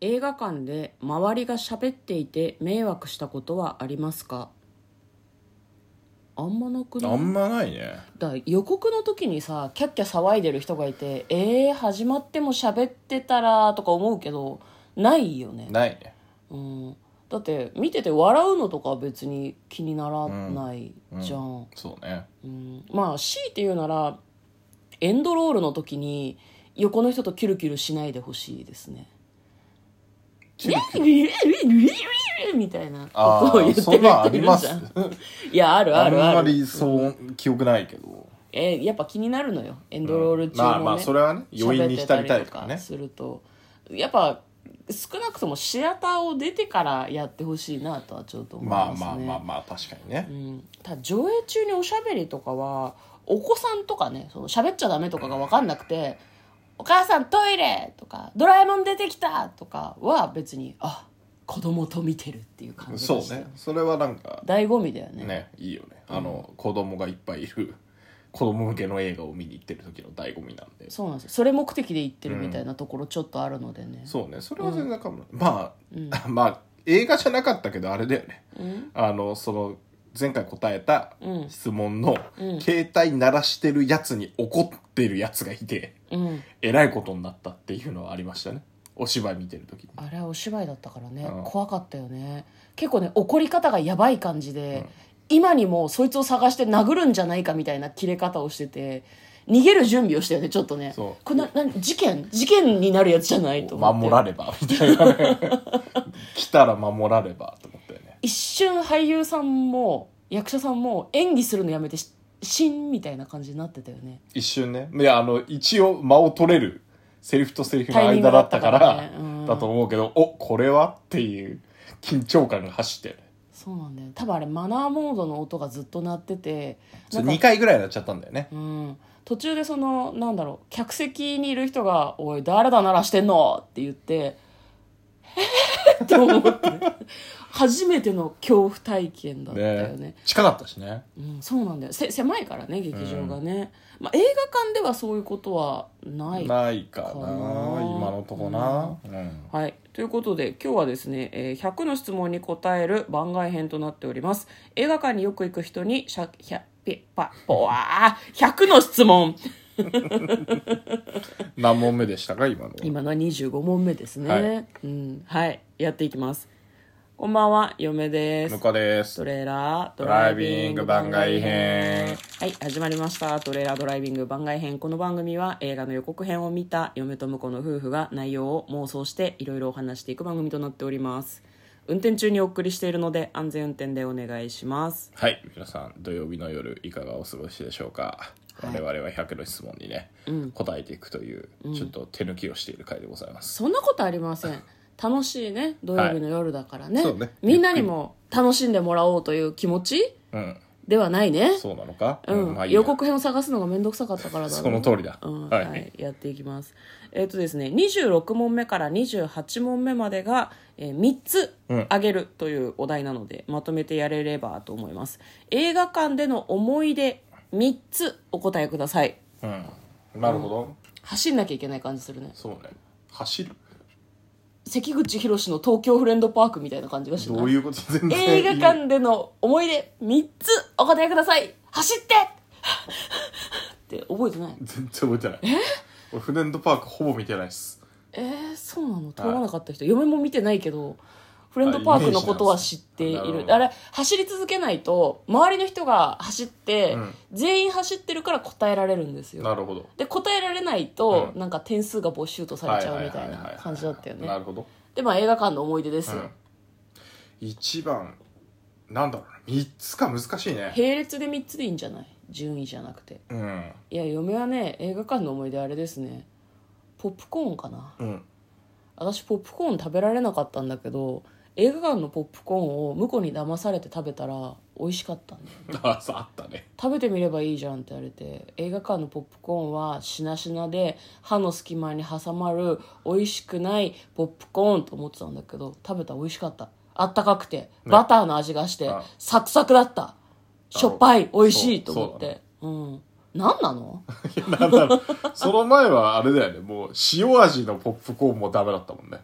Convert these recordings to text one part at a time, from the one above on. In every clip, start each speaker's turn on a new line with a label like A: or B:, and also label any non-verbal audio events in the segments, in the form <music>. A: 映画館で周りが喋っていて迷惑したことはありますかあんまなくない
B: あんまないね
A: だから予告の時にさキャッキャ騒いでる人がいて「えー、始まっても喋ってたら」とか思うけどないよね、
B: ないね
A: うん、だって見てて笑うのとかは別に気にならないじゃん、
B: そうね
A: うんまあ C って言うならエンドロールの時に横の人とキュルキュルしないでほしいですね
B: キュルキュル
A: みたいなこ
B: あ
A: とを言
B: あ
A: ってる
B: そんなんあ
A: 人い
B: り
A: る
B: ます
A: じゃんいやある
B: あ
A: あ
B: ん
A: るあ
B: ま
A: る
B: りそう記憶ないけど
A: えーやっぱ気になるのよエンドロール中のね、
B: まあまあそれはね余韻に浸りたいからね
A: するとやっぱ少なくともシアターを出てからやってほしいなとはちょっと思い
B: まあ
A: ますね
B: まあまあまあ確かにね
A: うん、ただ上映中におしゃべりとかはお子さんとかねその喋っちゃダメとかが分かんなくて「お母さんトイレ!」とか「ドラえもん出てきた!」とかは別にあ子供と見てるっていう感じ
B: そう
A: でしたよ
B: ねそれはなんか
A: 醍醐味だよね
B: ねいいよねあの子供がいっぱいいる <laughs> 子供向けの映画を見に行ってる時の醍醐味なんで
A: そうなんですよそれ目的で行ってるみたいなところちょっとあるのでね、
B: そうねそれは全然かも、まあ、 <laughs> まあ映画じゃなかったけどあれだよね、あのその前回答えた質問の、携帯鳴らしてるやつに怒ってるやつがいて、
A: うん
B: えらいことになったっていうのはありましたねお芝居見てる時に
A: あれはお芝居だったからね、
B: うん
A: 怖かったよね結構ね怒り方がやばい感じで、今にもそいつを探して殴るんじゃないかみたいな切れ方をしてて逃げる準備をしたよねちょっとね
B: そう
A: これな何事件事件になるやつじゃないと思って
B: 守らればみたいなね来たら守らればと思ったよね
A: 一瞬俳優さんも役者さんも演技するのやめてしシンみたいな感じになってたよね
B: 一瞬ねいやあの一応間を取れるセリフとセリフの
A: タイミング
B: 間だったから
A: だっ
B: だ
A: たからねうん
B: と思うけどおこれはっていう緊張感が走ってる
A: そうなんだよ多分あれマナーモードの音がずっと鳴ってて
B: それ
A: なんか
B: 2回ぐらいになっちゃったんだよね
A: うん、途中でそのなんだろう客席にいる人が「おい誰だ鳴らしてんの?」って言って <laughs> 「えー、って思って初めての恐怖体験だったよね
B: ね近かったしね
A: うん、そうなんだよせ狭いからね劇場がね、まあ、映画館ではそういうことはない
B: ないかな
A: かな
B: 今のとこなうん
A: はい。ということで、今日はですね、えー100の質問に答える番外編となっております。映画館によく行く人に、しゃ、ひゃ、ぴ、ぱ、ぽわー、100の質問
B: 何問目でしたか今の
A: 今のは25問目ですね、
B: は
A: うんはいやっていきますこんばんは嫁で
B: 向
A: す
B: こうです
A: トレーラード
B: ドライビング番外編
A: はい始まりましたトレーラードライビング番外編この番組は映画の予告編を見た嫁と婿の夫婦が内容を妄想していろいろお話していく番組となっております運転中にお送りしているので安全運転でお願いします
B: はい皆さん土曜日の夜いかがお過ごしでしょうか我々は100の質問にね答えていくというちょっと手抜きをしている回でございます
A: そんなことありません楽しいね土曜日の夜だからね,、
B: はいそうね
A: みんなにも楽しんでもらおうという気持ち
B: うん
A: ではないね
B: そうなのか
A: うん
B: まあいいや
A: 予告編を探すのが面倒くさかったからだろう
B: その通りだ
A: うんは
B: はいい
A: やっていきますえっ、とですね26問目から28問目までが、えー3つ
B: うん
A: あげるというお題なので、まとめてやれればと思います映画館での思い出3つお答えください
B: うんなるほど
A: 走んなきゃいけない感じするね
B: そうね走る
A: 関口宏の東京フレンドパークみたいな感じがしない
B: どういうこと全然
A: 映画館での思い出3つお答えください走って <laughs> って覚えてない
B: 全然覚えてない俺フレンドパークほぼ見てないっす
A: えー、そうなの通らなかった人、嫁も見てないけどフレンドパークのことは知ってい
B: あイメージなん
A: る
B: ですね
A: あれ走り続けないと周りの人が走って、
B: うん
A: 全員走ってるから答えられるんですよ
B: なるほど
A: で答えられないと、
B: うん
A: なんか点数が没収とされちゃうみたいな感じだったよ
B: な
A: ね
B: るほど
A: でまあ映画館の思い出ですよ、
B: うん一番なんだろうな3つか難しいね
A: 並列で3つでいいんじゃない順位じゃなくて
B: うん
A: いや嫁はね映画館の思い出あれですねポップコーンかな
B: うん <laughs>
A: 私ポップコーン食べられなかったんだけど映画館のポップコーンを向こうに騙されて食べたら美味しかったんだよ
B: あそうあったね
A: 食べてみればいいじゃんって言われて映画館のポップコーンはしなしなで歯の隙間に挟まる美味しくないポップコーンと思ってたんだけど食べたら美味しかったあったかくてバターの味がして
B: あ
A: サクサクだったしょっぱい美味しいと
B: そう
A: 思ってうん何なの
B: いやなんだろうその前はあれだよねもう塩味のポップコーンもダメだったもんね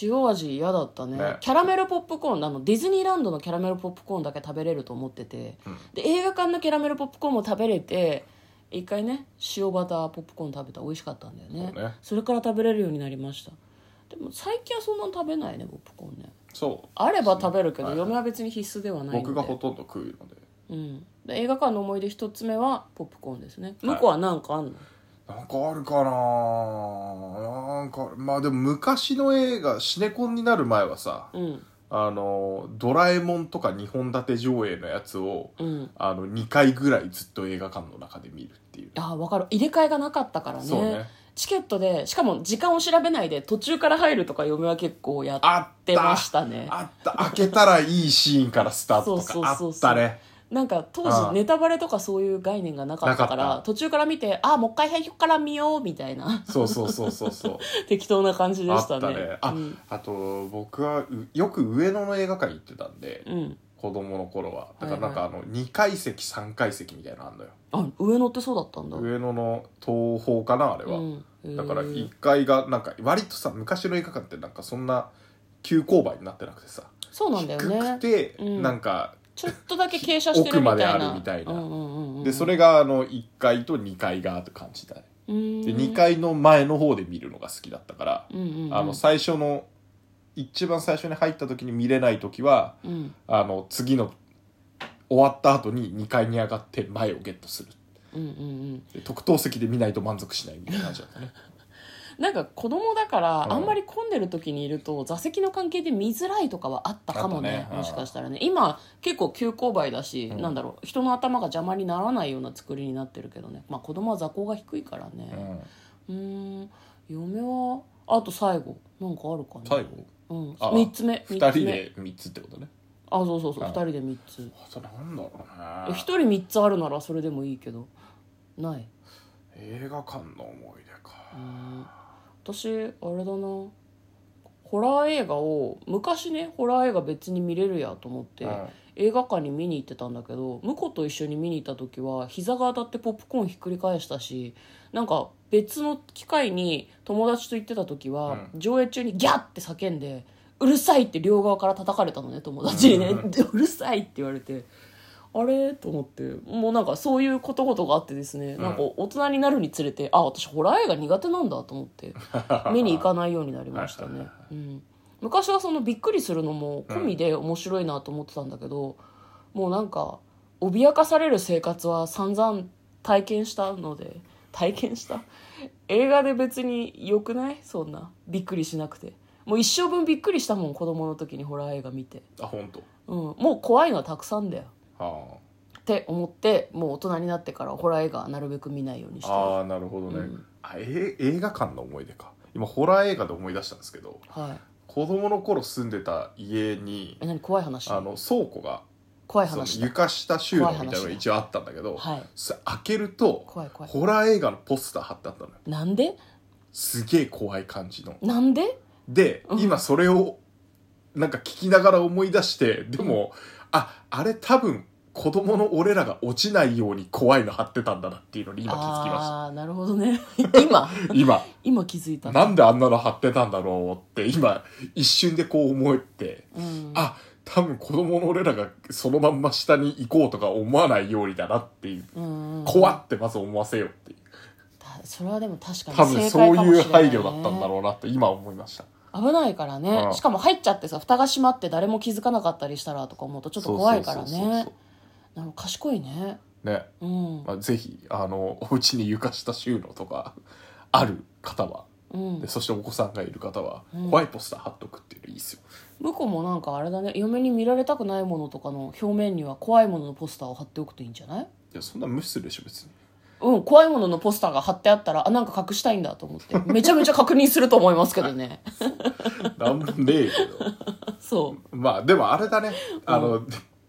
A: 塩味嫌だったね
B: ね
A: キャラメルポップコーンあのディズニーランドのキャラメルポップコーンだけ食べれると思ってて、
B: ん
A: で映画館のキャラメルポップコーンも食べれて一回ね塩バターポップコーン食べた美味しかったんだよね
B: そう
A: れ
B: ね
A: から食べれるようになりましたでも最近はそんな食べないねポップコーンね
B: そう
A: あれば食べるけど、
B: はい
A: 嫁は別に必須ではないので
B: 僕がほとんど食うので
A: うん、で映画館の思い出一つ目はポップコーンですね向こうは何かあんの、
B: なんかあるかななんかまあでも昔の映画シネコンになる前はさ、
A: うん
B: あのドラえもんとか2本立て上映のやつを、
A: うん
B: あの2回ぐらいずっと映画館の中で見るっていう
A: ああ分かる入れ替えがなかったからね
B: そうね
A: チケットでしかも時間を調べないで途中から入るとか嫁は結構やっ
B: あった
A: てましたね
B: あった開けたらいいシーンからスタートと
A: そう
B: かあ
A: そうそう
B: っ
A: そう
B: たね
A: なんか当
B: ああ
A: 時ネタバレとかそういう概念がなかったから
B: なかった
A: 途中から見てああもう一回最初から見ようみたいな <laughs>
B: そうそうそうそうそう
A: 適当な感じで
B: あ
A: し
B: ったた
A: ね
B: ねあ,、
A: うん、
B: あと僕はうよく上野の映画館行ってたんで、
A: うん、
B: 子供の頃はだからなんか
A: は
B: あの2階席3階席みたいなのあんのよ
A: あ上野ってそうだったんだ
B: 上野の東宝かなあれは、
A: うん
B: だから
A: へえ
B: 1階がなんか割とさ昔の映画館ってなんかそんな急勾配になってなくてさ、
A: そうなんだよ
B: 低く
A: ね
B: て、
A: うん
B: なんか
A: ちょっとだけ傾斜してるみたいな
B: 奥まであるみたいな
A: うんうんうんうん
B: でそれがあの1階と2階がって感じだね
A: うーん
B: で2階の前の方で見るのが好きだったから、
A: うんうんうん
B: あの最初の一番最初に入った時に見れない時は
A: うん
B: あの次の終わった後に2階に上がって前をゲットする
A: うんうんうん
B: で特等席で見ないと満足しないみたいな感じだったね
A: なんか子供だから
B: うん
A: あんまり混んでる時にいると座席の関係で見づらいとかはあったかも
B: あっ
A: ね
B: たね
A: もしかしたらね今結構急勾配だし、
B: うん
A: なんだろう人の頭が邪魔にならないような作りになってるけどねまあ子供は座高が低いから
B: う
A: ね
B: ん
A: うーん嫁はあと最後なんかあるかな
B: 最後
A: うん、
B: あ
A: 3つ目三
B: 2
A: つ
B: 人
A: 目
B: で3つってことね
A: あそうそうそう
B: あ
A: 2人で3つ
B: あとなんだろう
A: え
B: な
A: 1人3つあるならそれでもいいけどない
B: 映画館の思い出か
A: うん私あれだなホラー映画を昔ねホラー映画別に見れるやと思って、
B: うん
A: 映画館に見に行ってたんだけど婿と一緒に見に行った時は膝が当たってポップコーンひっくり返したしなんか別の機会に友達と行ってた時は、上映中にギャッって叫んでうるさいって両側から叩かれたのね友達にね、
B: うん
A: でうるさいって言われてあれと思ってもうなんかそういうことごとがあってですね、
B: うん
A: なんか大人になるにつれてあ私ホラー映画苦手なんだと思
B: <laughs>
A: って見に行かないようになりました
B: はいはい
A: ね
B: は、
A: うん、昔はそのびっくりするのも込みで面白いなと思ってたんだけど、もうなんか脅かされる生活は散々体験したので体験した映画で別に良くないそんなびっくりしなくてもう一生分びっくりしたもん子供の時にホラー映画見て、
B: あ本当。
A: うん、もう怖いのはたくさんだよ
B: は
A: って思ってもう大人になってからホラー映画はなるべく見ないようにして
B: あ
A: るは
B: あーなるほど
A: う
B: ね、
A: ん
B: あえ映画館の思い出か今ホラー映画で思い出したんですけど
A: い
B: 子供の頃住んでた家に
A: え何怖い話
B: あの倉庫が
A: 怖い
B: その
A: 話だ
B: 床下収納みたいなの
A: 怖い話
B: が
A: だ
B: 一応あったんだけど、
A: はい
B: それ開けると
A: 怖い怖い
B: ホラー映画のポスター貼ってあったのよ
A: なんです
B: げえ怖い感じの
A: なんで
B: で、
A: うん
B: 今それをなんか聞きながら思い出してでも、ああれ多分子供の俺らが落ちないように怖いの貼ってたんだなっていうのに今気づきま
A: ああーなるほど
B: <laughs>
A: ね今
B: した今
A: 今気づいた
B: なんであんなの貼ってたんだろうって今一瞬でこう思って、
A: うん、
B: あ多分子供の俺らがそのまんま下に行こうとか思わないようにだなっていう、
A: うんうん
B: 怖ってまず思わせようっていう
A: たそれはでも確かに
B: 多分そういう配慮だったんだ
A: う
B: ろうなって今思いました
A: 危ないからね、
B: うん
A: しかも入っちゃってさ蓋が閉まって誰も気づかなかったりしたらとか思うとちょっと怖いから
B: そうそうそう
A: ね
B: そう
A: なるほど賢いね
B: ね、
A: うん、
B: まあ、ぜひあのお家に床下収納とかある方は
A: うん
B: でそしてお子さんがいる方は、
A: うん
B: 怖いポスター貼っとくっていうのいいですよ
A: 向こうもなんかあれだね嫁に見られたくないものとかの表面には怖いもののポスターを貼っておくといいんじゃない
B: いやそんな無視するでしょ別に
A: うん怖いもののポスターが貼ってあったらあなんか隠したいんだと思ってめちゃめちゃ確認すると思いますけど
B: <laughs>
A: ね
B: なんもねえけど <laughs>
A: そ
B: まあでもあれだねあの、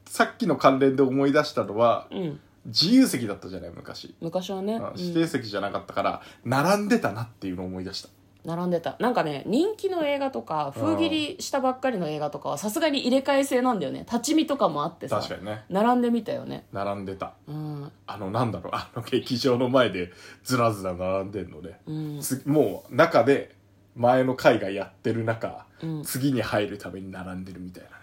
B: さっきの関連で思い出したのは
A: ううん
B: 自由席だったじゃない昔、
A: 昔はね、
B: あ
A: うん
B: 指定席じゃなかったから並んでたなっていうのを思い出した
A: 並んでたなんかね人気の映画とか封切りしたばっかりの映画とかはさすがに入れ替え制なんだよね立ち見とかもあってさ
B: 確かにね
A: 並んでみたよね
B: 並んでた
A: うん
B: あのなんだろうあの劇場の前でずらずら並んでんのね、
A: うん
B: つもう中で前の回がやってる中、次に入るために並んでるみたいなね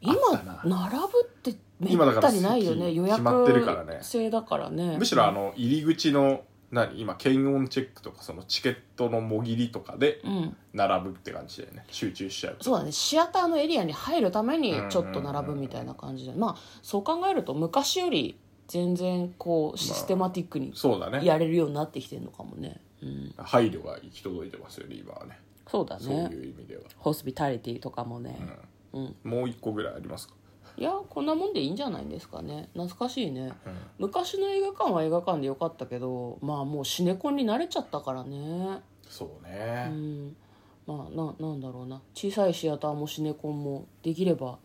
A: 今
B: あったな
A: 並ぶってめ
B: 今だ
A: っ
B: か
A: た
B: ら
A: にないよね
B: 席
A: 予
B: 決まってるから
A: 約
B: ね
A: 制だからね
B: むしろあの入り口の何今検温チェックとかそのチケットのもぎりとかで
A: うん
B: 並ぶって感じだよね集中しちゃう
A: そうだねシアターのエリアに入るためにちょっと並ぶみたいな感じで、まあそう考えると昔より全然こうシステマティックに
B: そうだね
A: やれるようになってきてるのかもね、うん、
B: 配慮が行き届いてますよね今はね
A: そうだ
B: そう
A: ね
B: いう意味では、
A: ホスピタリティとかもね、うん
B: うん、もう一個ぐらいありますか
A: いやこんなもんでいいんじゃないんですかね懐かしいね、
B: ん
A: 昔の映画館は映画館でよかったけどまあもうシネコンに慣れちゃったからね
B: そう
A: う
B: ね、
A: んまあななんだろうな小さいシアターもシネコンもできれば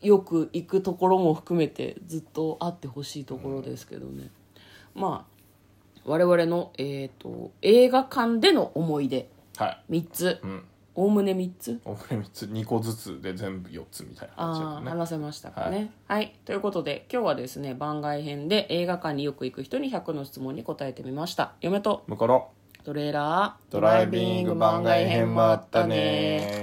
A: よく行くところも含めてずっとあってほしいところですけどね、まあ我々の、えー、と映画館での思い出
B: はい
A: 3つ
B: うん
A: おおむね3つ
B: おふれ3つ2個ずつで全部4つみたいな感じだ
A: ああ
B: ね
A: 話せましたかねはい、ということで今日はですね番外編で映画館によく行く人に100の質問に答えてみました嫁と
B: 向こうの
A: トレーラー
B: ドライビング番外編もあったね